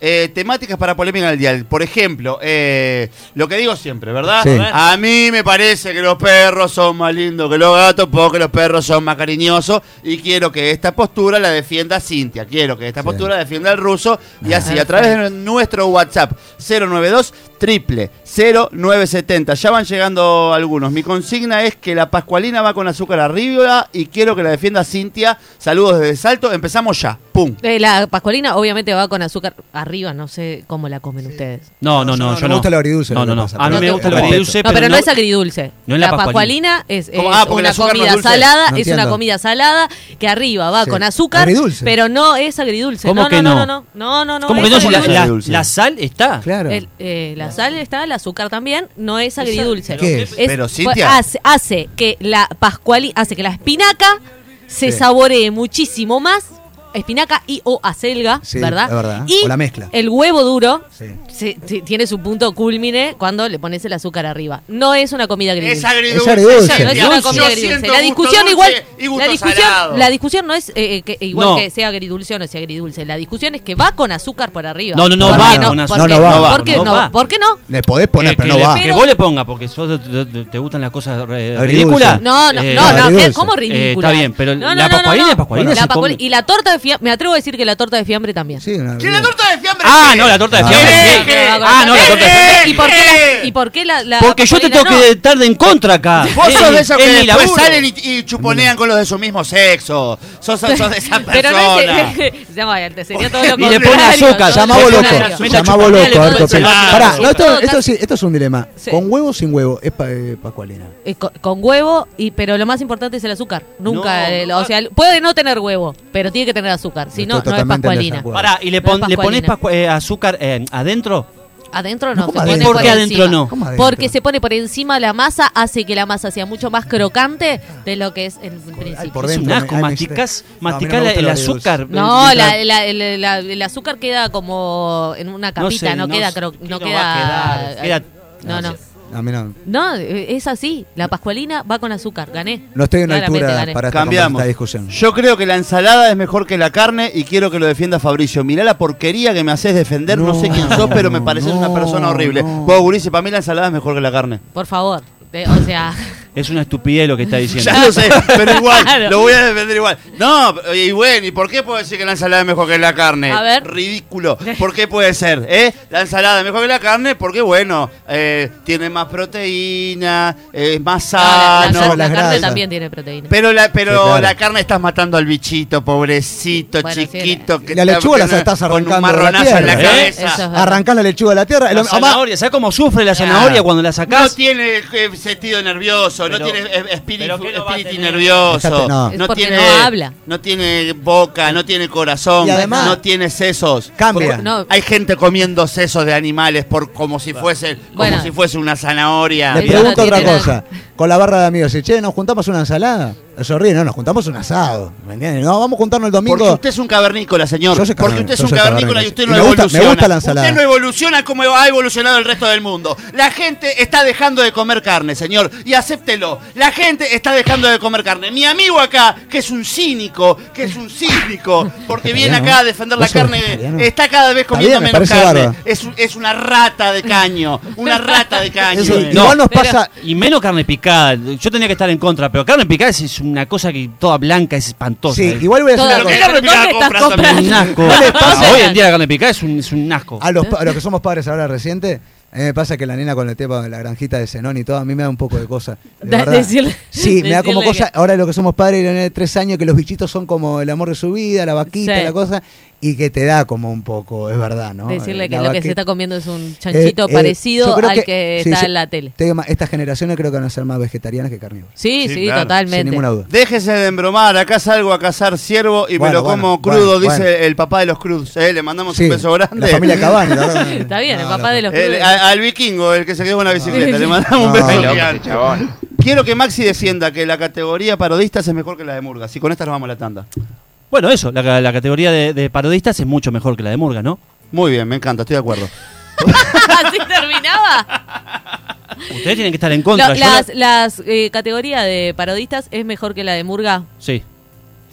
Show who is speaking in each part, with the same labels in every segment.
Speaker 1: Eh, temáticas para polémica en el dial. Por ejemplo, eh, lo que digo siempre, ¿verdad?
Speaker 2: Sí.
Speaker 1: A mí me parece que los perros son más lindos que los gatos porque los perros son más cariñosos y quiero que esta postura la defienda Cintia. Quiero que esta postura la defienda el ruso y así a través de nuestro WhatsApp 092 triple 0970. Ya van llegando algunos. Mi consigna es que la pascualina va con azúcar arriba y quiero que la defienda Cintia. Saludos desde Salto. Empezamos ya. Pum.
Speaker 3: Eh, la pascualina obviamente va con azúcar arriba, no sé cómo la comen ustedes.
Speaker 4: No, no, no,
Speaker 2: No, no,
Speaker 4: yo
Speaker 2: me
Speaker 4: no.
Speaker 2: gusta lo agridulce,
Speaker 4: No,
Speaker 2: lo
Speaker 4: no,
Speaker 2: que
Speaker 4: no.
Speaker 2: pasa,
Speaker 4: A mí
Speaker 2: pero
Speaker 4: me
Speaker 2: no
Speaker 4: gusta
Speaker 2: te-
Speaker 4: lo
Speaker 2: respeto.
Speaker 4: agridulce,
Speaker 3: No, pero no, es agridulce.
Speaker 4: no es
Speaker 3: la,
Speaker 4: la
Speaker 3: pascualina, es,
Speaker 1: ¿Cómo?
Speaker 3: es
Speaker 1: Ah, porque el
Speaker 3: una
Speaker 1: azúcar no es
Speaker 3: comida
Speaker 1: dulce.
Speaker 3: salada,
Speaker 2: No
Speaker 3: es una
Speaker 2: entiendo.
Speaker 3: comida salada que arriba va
Speaker 2: Sí.
Speaker 3: con azúcar,
Speaker 2: Agridulce.
Speaker 3: pero no es agridulce.
Speaker 4: ¿Cómo
Speaker 3: no,
Speaker 4: que
Speaker 3: no, no,
Speaker 4: no?
Speaker 3: no, no, no, no.
Speaker 4: ¿Cómo que
Speaker 3: es
Speaker 4: no? Si la,
Speaker 3: agridulce.
Speaker 4: la-
Speaker 1: Agridulce.
Speaker 4: la sal está.
Speaker 2: Claro.
Speaker 3: El- eh, la sal está, el azúcar también, no es agridulce.
Speaker 2: ¿Qué es?
Speaker 1: Pero,
Speaker 3: pues,
Speaker 1: Cintia.
Speaker 3: hace, hace que la pascuali, hace que la espinaca se
Speaker 2: Sí.
Speaker 3: saboree muchísimo más, espinaca y o acelga,
Speaker 2: Sí,
Speaker 3: ¿verdad?
Speaker 2: es verdad.
Speaker 3: Y
Speaker 2: O la mezcla.
Speaker 3: el huevo duro
Speaker 2: Sí.
Speaker 3: se- se- tiene su punto culmine cuando le pones el azúcar arriba. No es una comida
Speaker 1: Es
Speaker 3: agridulce.
Speaker 1: agridulce.
Speaker 2: Es agridulce.
Speaker 3: No es
Speaker 1: Cintia.
Speaker 3: una
Speaker 1: Yo
Speaker 3: comida agridulce.
Speaker 1: siento
Speaker 3: La
Speaker 1: gusto
Speaker 3: discusión
Speaker 1: dulce
Speaker 3: igual,
Speaker 1: y gusto
Speaker 3: la discusión,
Speaker 1: salado.
Speaker 3: la discusión no es eh, eh, que, igual
Speaker 4: No.
Speaker 3: que sea agridulce o no sea agridulce. La discusión es que va con azúcar por arriba.
Speaker 4: No, no, no,
Speaker 3: ¿Por
Speaker 2: va
Speaker 3: qué
Speaker 2: con
Speaker 3: ¿Por
Speaker 4: azúcar.
Speaker 2: No,
Speaker 3: qué?
Speaker 2: no va,
Speaker 3: ¿Por qué
Speaker 4: no
Speaker 3: no?
Speaker 4: va.
Speaker 3: ¿Por qué no?
Speaker 2: Le podés poner,
Speaker 4: eh, Que-
Speaker 2: pero
Speaker 4: que
Speaker 2: no
Speaker 4: le-
Speaker 2: va.
Speaker 4: Que vos le pongas, porque sos- te, te- te gustan las cosas eh,
Speaker 2: Agridulce.
Speaker 4: ridículas.
Speaker 3: No, no,
Speaker 4: Eh,
Speaker 3: no, no,
Speaker 2: agridulce.
Speaker 3: eh, ¿cómo ridícula?
Speaker 4: Eh, está bien, pero la pascualina es pascualina,
Speaker 3: La
Speaker 4: se
Speaker 3: pascual-
Speaker 4: come.
Speaker 3: Y la torta de fiambre, me atrevo a decir que la torta de fiambre también.
Speaker 2: Sí, una-
Speaker 1: ¿Quién la torta de fiambre?
Speaker 4: Ah,
Speaker 1: quiere?
Speaker 4: no, la torta de
Speaker 2: Ah.
Speaker 4: fiambre.
Speaker 1: Deje.
Speaker 4: sí.
Speaker 3: Va con
Speaker 4: Ah, no, la torta de
Speaker 1: Deje.
Speaker 3: ¿Y por qué la, y por qué la, la
Speaker 4: Porque yo te tengo
Speaker 3: pascualina
Speaker 4: que
Speaker 3: no?
Speaker 4: estar de en contra acá.
Speaker 1: Vos
Speaker 4: Es
Speaker 1: sos
Speaker 4: mi-
Speaker 1: de esos
Speaker 4: es
Speaker 1: que
Speaker 4: mi
Speaker 1: después
Speaker 4: laburo.
Speaker 1: salen y, y chuponean con los de su mismo sexo. Sos, sos, sos de esa persona.
Speaker 3: Pero no es... Llama, te sería todo lo
Speaker 4: Y le
Speaker 3: contrario,
Speaker 4: pone azúcar.
Speaker 2: Llamá vos
Speaker 3: ¿no?
Speaker 4: Le pone
Speaker 2: loco,
Speaker 4: azúcar. Meta
Speaker 2: llamá vos
Speaker 4: chuponía,
Speaker 2: loco,
Speaker 4: le
Speaker 2: a ver qué
Speaker 4: pone
Speaker 2: opinás.
Speaker 4: azúcar.
Speaker 2: Pará, no, esto,
Speaker 3: Todo
Speaker 2: esto,
Speaker 3: caso-
Speaker 2: sí- esto es un dilema.
Speaker 3: Sí.
Speaker 2: ¿Con huevo o sin huevo? Es pa, eh, pascualina.
Speaker 3: Eh, co- con, huevo, y pero lo más importante es el azúcar. Nunca,
Speaker 1: No,
Speaker 3: el-
Speaker 1: no.
Speaker 3: o sea, el- puede no tener huevo, pero tiene que tener azúcar. Si
Speaker 2: Estoy
Speaker 3: no, no es
Speaker 2: totalmente en
Speaker 3: pascualina.
Speaker 2: desacuerdo.
Speaker 4: Pará, ¿y le,
Speaker 3: No es
Speaker 4: pon- le pones
Speaker 3: pascualina.
Speaker 4: pascua- eh, azúcar eh, adentro?
Speaker 3: Adentro no,
Speaker 2: No,
Speaker 3: se
Speaker 2: ¿cómo
Speaker 3: pone
Speaker 2: adentro?
Speaker 3: por
Speaker 2: ¿Por qué
Speaker 4: adentro
Speaker 3: encima.
Speaker 4: no?
Speaker 2: ¿Cómo adentro?
Speaker 3: Porque se pone por encima la masa, hace que la masa sea mucho más crocante de lo que es en principio.
Speaker 2: por
Speaker 4: Es
Speaker 2: dentro.
Speaker 4: un asco,
Speaker 2: Ay, me-
Speaker 4: masticás,
Speaker 2: No, a mí no me
Speaker 4: masticás
Speaker 2: gusta
Speaker 4: la- el
Speaker 2: lo agridulce.
Speaker 4: azúcar.
Speaker 3: No,
Speaker 4: Mientras-
Speaker 3: la- la- la- la- el azúcar queda como en una
Speaker 4: No sé,
Speaker 3: capita, no,
Speaker 4: no
Speaker 3: queda...
Speaker 4: sé,
Speaker 3: cro-
Speaker 4: ¿qué
Speaker 3: no
Speaker 4: no va a
Speaker 3: queda, eh,
Speaker 4: quedar? Queda-
Speaker 3: no, no.
Speaker 2: A mí no.
Speaker 3: No, eh, es así. La pascualina va con azúcar. Gané.
Speaker 2: No estoy en
Speaker 3: Claramente
Speaker 2: altura
Speaker 3: gané.
Speaker 2: para esta,
Speaker 1: Cambiamos.
Speaker 2: esta discusión.
Speaker 1: Yo creo que la ensalada es mejor que la carne y quiero que lo defienda Fabricio. Mirá la porquería que me haces defender. No,
Speaker 2: No,
Speaker 1: sé quién sos, pero me
Speaker 2: no,
Speaker 1: pareces una persona horrible.
Speaker 2: no.
Speaker 1: Vos, Gurice, para mí la ensalada es mejor que la carne.
Speaker 3: Por favor. Eh, o sea...
Speaker 4: Es una estupidez lo que está diciendo.
Speaker 1: Ya lo sé, pero igual,
Speaker 3: Claro.
Speaker 1: lo voy a defender igual. No, y bueno, ¿y por qué puedo decir que la ensalada es mejor que la carne?
Speaker 3: A ver.
Speaker 1: Ridículo. ¿Por qué puede ser? ¿Eh? La ensalada es mejor que la carne porque, bueno, eh, tiene más proteína, es más
Speaker 3: Ah,
Speaker 1: sano.
Speaker 3: la, la-
Speaker 2: las
Speaker 3: la carne
Speaker 2: grasas.
Speaker 3: también tiene proteína.
Speaker 1: Pero la, pero
Speaker 2: Sí, claro.
Speaker 1: la carne estás matando al bichito, pobrecito,
Speaker 3: Bueno, sí,
Speaker 1: chiquito. que
Speaker 2: La
Speaker 1: está-
Speaker 2: lechuga la
Speaker 1: con una-
Speaker 2: estás arrancando
Speaker 1: Con un
Speaker 2: de la
Speaker 1: marronazo en la
Speaker 2: tierra,
Speaker 3: ¿eh?
Speaker 1: cabeza.
Speaker 3: Eso es verdad.
Speaker 2: Arrancás la lechuga de la tierra.
Speaker 4: La
Speaker 2: el- amá-
Speaker 4: zanahoria, ¿sabes cómo sufre la zanahoria cuando la
Speaker 1: No
Speaker 4: sacás?
Speaker 1: tiene eh, sentido nervioso, no
Speaker 4: Pero-
Speaker 1: tiene eh, espíritu,
Speaker 4: pero ¿qué no va a
Speaker 1: espíritu
Speaker 4: tener?
Speaker 1: nervioso,
Speaker 2: Fíjate, no.
Speaker 3: Es porque
Speaker 1: tiene,
Speaker 3: no habla.
Speaker 1: no tiene boca, no tiene corazón,
Speaker 2: Y además-
Speaker 1: no tiene sesos.
Speaker 2: Cambia.
Speaker 1: Porque-
Speaker 3: No.
Speaker 1: Hay gente comiendo sesos de animales por como si fuese,
Speaker 3: Bueno.
Speaker 1: como si fuese una zanahoria.
Speaker 2: Le
Speaker 3: Eso
Speaker 2: pregunto
Speaker 3: no
Speaker 2: otra
Speaker 3: tiene
Speaker 2: cosa. Con la barra de amigos, dice, che, ¿nos juntamos una ensalada? Eso ríe, no, nos juntamos un asado. ¿Me entiendes? No, vamos a juntarnos el domingo.
Speaker 1: Porque usted es un cavernícola, señor.
Speaker 2: Yo soy
Speaker 1: Porque usted
Speaker 2: cavernícola,
Speaker 1: es
Speaker 2: yo
Speaker 1: un
Speaker 2: soy
Speaker 1: cavernícola
Speaker 2: cavernícola.
Speaker 1: y usted
Speaker 2: Y
Speaker 1: no
Speaker 2: me gusta- me
Speaker 1: evoluciona.
Speaker 2: gusta la ensalada.
Speaker 1: Usted no evoluciona como ha evolucionado el resto del mundo. La gente está dejando de comer carne, señor. Y acéptelo. La gente está dejando de comer carne. Mi amigo acá, que es un cínico, que es un cínico, porque viene
Speaker 2: Vegetariano.
Speaker 1: acá a defender la
Speaker 2: ¿Vos sos
Speaker 1: carne,
Speaker 2: vegetariano?
Speaker 1: está cada vez
Speaker 2: Está
Speaker 1: comiendo
Speaker 2: bien, me
Speaker 1: menos
Speaker 2: parece
Speaker 1: carne.
Speaker 2: bárbaro.
Speaker 1: Es, un- es una rata de caño. Una rata de caño.
Speaker 2: Eso-
Speaker 1: eh.
Speaker 2: Igual nos
Speaker 3: pero-
Speaker 2: pasa.
Speaker 4: Y menos carne picada. Yo tenía que estar en contra, pero carne picada es- es una cosa que toda blanca es espantosa.
Speaker 2: Sí,
Speaker 4: Es
Speaker 2: igual voy a decir una
Speaker 3: Todo-
Speaker 1: Pero
Speaker 2: cosa.
Speaker 1: ¿qué carne
Speaker 3: ¿Dónde
Speaker 1: picada
Speaker 3: estás
Speaker 1: compras también?
Speaker 4: un
Speaker 3: comprando?
Speaker 4: asco.
Speaker 2: No le
Speaker 3: pasa-
Speaker 4: Hoy en día la carne picada es un, es un asco.
Speaker 2: A los, pa- a los que somos padres ahora reciente, a mí me pasa que la nena con el tema de la granjita de Zenón y todo, a mí me da un poco de cosa. de
Speaker 3: Da-
Speaker 2: verdad.
Speaker 3: decirle-
Speaker 2: sí, me da como
Speaker 3: decirle
Speaker 2: cosa. Ahora lo que somos padres y la nena de tres años, que los bichitos son como el amor de su vida, la vaquita,
Speaker 3: Sí.
Speaker 2: la cosa, y que te da como un poco, es verdad, ¿no?
Speaker 3: Decirle
Speaker 2: Eh,
Speaker 3: que
Speaker 2: la
Speaker 3: lo que se
Speaker 2: vaquita-
Speaker 3: está comiendo es un chanchito
Speaker 2: Eh, eh, yo
Speaker 3: parecido
Speaker 2: creo
Speaker 3: al que,
Speaker 2: sí,
Speaker 3: está
Speaker 2: yo-
Speaker 3: en la tele.
Speaker 2: te digo más, estas generaciones creo que van a ser más vegetarianas que carnívoras.
Speaker 3: Sí, sí,
Speaker 1: Sí, claro,
Speaker 3: totalmente.
Speaker 2: Sin ninguna duda.
Speaker 1: Déjese de embromar, acá salgo a cazar ciervo y
Speaker 2: Bueno,
Speaker 1: me lo como
Speaker 2: bueno,
Speaker 1: crudo,
Speaker 2: bueno,
Speaker 1: dice
Speaker 2: bueno.
Speaker 1: el papá de los cruz. Eh, le mandamos
Speaker 2: Sí,
Speaker 1: un beso grande.
Speaker 2: La familia Cavani. la verdad.
Speaker 3: Está bien, el
Speaker 2: No,
Speaker 3: papá
Speaker 2: no,
Speaker 3: de los
Speaker 1: El-
Speaker 3: clubes.
Speaker 1: a- al vikingo, el que se quedó con la
Speaker 2: Ah.
Speaker 1: bicicleta, le mandamos un
Speaker 2: No.
Speaker 1: beso
Speaker 2: Ay, loco,
Speaker 1: gigante. Quiero que Maxi defienda que la categoría parodistas es mejor que la de Murgas. Y con esta nos vamos a la tanda.
Speaker 4: Bueno, eso, la, la categoría de, de parodistas es mucho mejor que la de Murga, ¿no?
Speaker 1: Muy bien, me encanta, estoy de acuerdo.
Speaker 3: ¿Así Ah, terminaba?
Speaker 4: Ustedes tienen que estar en
Speaker 3: Lo-
Speaker 4: contra. yo
Speaker 3: las
Speaker 4: la-
Speaker 3: las eh, categoría de parodistas es mejor que la de Murga.
Speaker 4: Sí.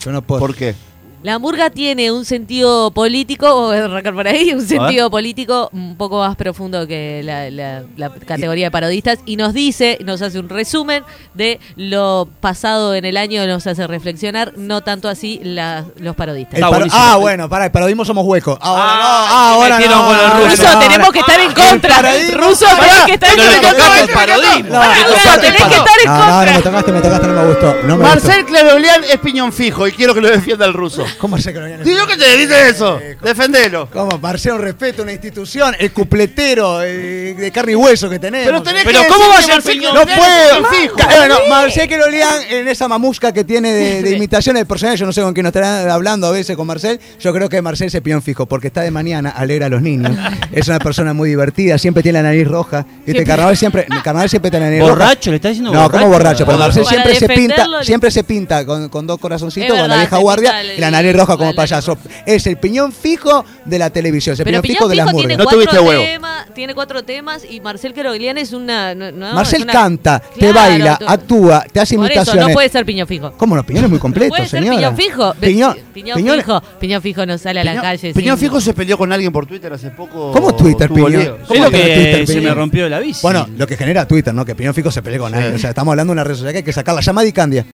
Speaker 2: Yo no puedo.
Speaker 1: ¿Por qué?
Speaker 3: La murga tiene un sentido político, vamos a arrancar por ahí, un sentido político un poco más profundo que la, la- la categoría de parodistas y nos dice, nos hace un resumen de lo pasado en el año, nos hace reflexionar, no tanto así la- los parodistas.
Speaker 2: El
Speaker 4: Está
Speaker 2: paro-
Speaker 4: buenísimo.
Speaker 2: ah, bueno, pará, el parodismo somos huecos. Ahora
Speaker 4: Ah,
Speaker 2: no,
Speaker 4: se
Speaker 2: ahora
Speaker 4: metieron
Speaker 2: no.
Speaker 4: con los
Speaker 2: ahora
Speaker 4: rusos.
Speaker 3: Ruso,
Speaker 2: no, ahora-
Speaker 3: tenemos que estar en
Speaker 2: Ah, el
Speaker 3: contra.
Speaker 2: parodismo.
Speaker 3: Ruso, tenés que estar en
Speaker 4: Pero le
Speaker 3: contra.
Speaker 4: tocaste el parodismo.
Speaker 2: No,
Speaker 4: le
Speaker 3: Ruso,
Speaker 4: tocaste el
Speaker 3: tenés que
Speaker 4: parodismo.
Speaker 3: estar en
Speaker 2: No, no, no, me
Speaker 3: contra.
Speaker 2: tocaste, me tocaste, no me gustó. No me
Speaker 1: Marcel Clarolian es piñón fijo y quiero que lo defienda el ruso.
Speaker 2: gustó. ¿Cómo se colonia?
Speaker 1: Digo que te dice eso. Defendelo.
Speaker 2: ¿Cómo? Marcel, un respeto, una institución, el cupletero eh, de carne y hueso que tenemos.
Speaker 1: Pero tenés
Speaker 4: Pero
Speaker 1: que
Speaker 4: ¿cómo
Speaker 1: decir
Speaker 4: va a
Speaker 1: que
Speaker 4: ser
Speaker 1: Marcel
Speaker 4: piñón
Speaker 2: No
Speaker 1: Clarolian es
Speaker 2: puedo.
Speaker 1: piñón fijo.
Speaker 2: Ca- eh, Bueno, Marcel que lo lean en esa mamusca que tiene de, de imitaciones de personajes. Yo no sé con quién nos estarán hablando a veces con Marcel. Yo creo que Marcel se pión fijo porque está de mañana, alegra a los niños. Es una persona muy divertida, siempre tiene la nariz roja. Viste, carnaval siempre, carnaval siempre tiene la nariz roja.
Speaker 4: Borracho, le está diciendo
Speaker 2: No, como borracho, pero
Speaker 4: Ah.
Speaker 2: Marcel
Speaker 3: Para
Speaker 2: siempre se pinta,
Speaker 3: defenderlo, le-
Speaker 2: siempre se pinta con, con dos corazoncitos,
Speaker 3: Es
Speaker 2: con la
Speaker 3: verdad,
Speaker 2: vieja
Speaker 3: se
Speaker 2: guardia
Speaker 3: pinta el-
Speaker 2: y la nariz roja como
Speaker 3: la nariz
Speaker 2: payaso. Es el piñón fijo de la televisión, es el piñón,
Speaker 3: Pero Piñón
Speaker 2: fijo de
Speaker 3: Fijo
Speaker 2: las
Speaker 3: tiene
Speaker 2: murgas.
Speaker 1: No tuviste
Speaker 3: cuatro
Speaker 1: huevo.
Speaker 3: temas, tiene cuatro temas y Marcel Queroglián es una... no- no,
Speaker 2: Marcel
Speaker 3: es una-
Speaker 2: canta, te
Speaker 3: Claro,
Speaker 2: baila,
Speaker 3: tú-
Speaker 2: actúa, te hace
Speaker 3: Por eso,
Speaker 2: imitaciones.
Speaker 3: no puede ser Piñón Fijo.
Speaker 2: ¿Cómo no? Piñón es muy completo,
Speaker 3: Puede ser
Speaker 2: señora.
Speaker 3: piñón fijo.
Speaker 2: Piñón,
Speaker 3: piñón,
Speaker 2: piñón-
Speaker 3: fijo. Piñón fijo no sale a la
Speaker 1: Piñón-
Speaker 3: calle.
Speaker 1: Piñón
Speaker 3: sin-
Speaker 1: Fijo se peleó con alguien por Twitter hace poco.
Speaker 2: ¿Cómo Twitter,
Speaker 1: tuvo
Speaker 2: Piñón?
Speaker 1: lío.
Speaker 2: ¿Cómo
Speaker 4: Es lo
Speaker 2: te metiste
Speaker 4: que
Speaker 2: el
Speaker 4: se me
Speaker 2: piñón?
Speaker 4: rompió la bici.
Speaker 2: Bueno, lo que genera Twitter, ¿no? Que Piñón Fijo se pelee con nadie. O sea, estamos hablando de una red social que hay que sacarla. Llama a Dicandia.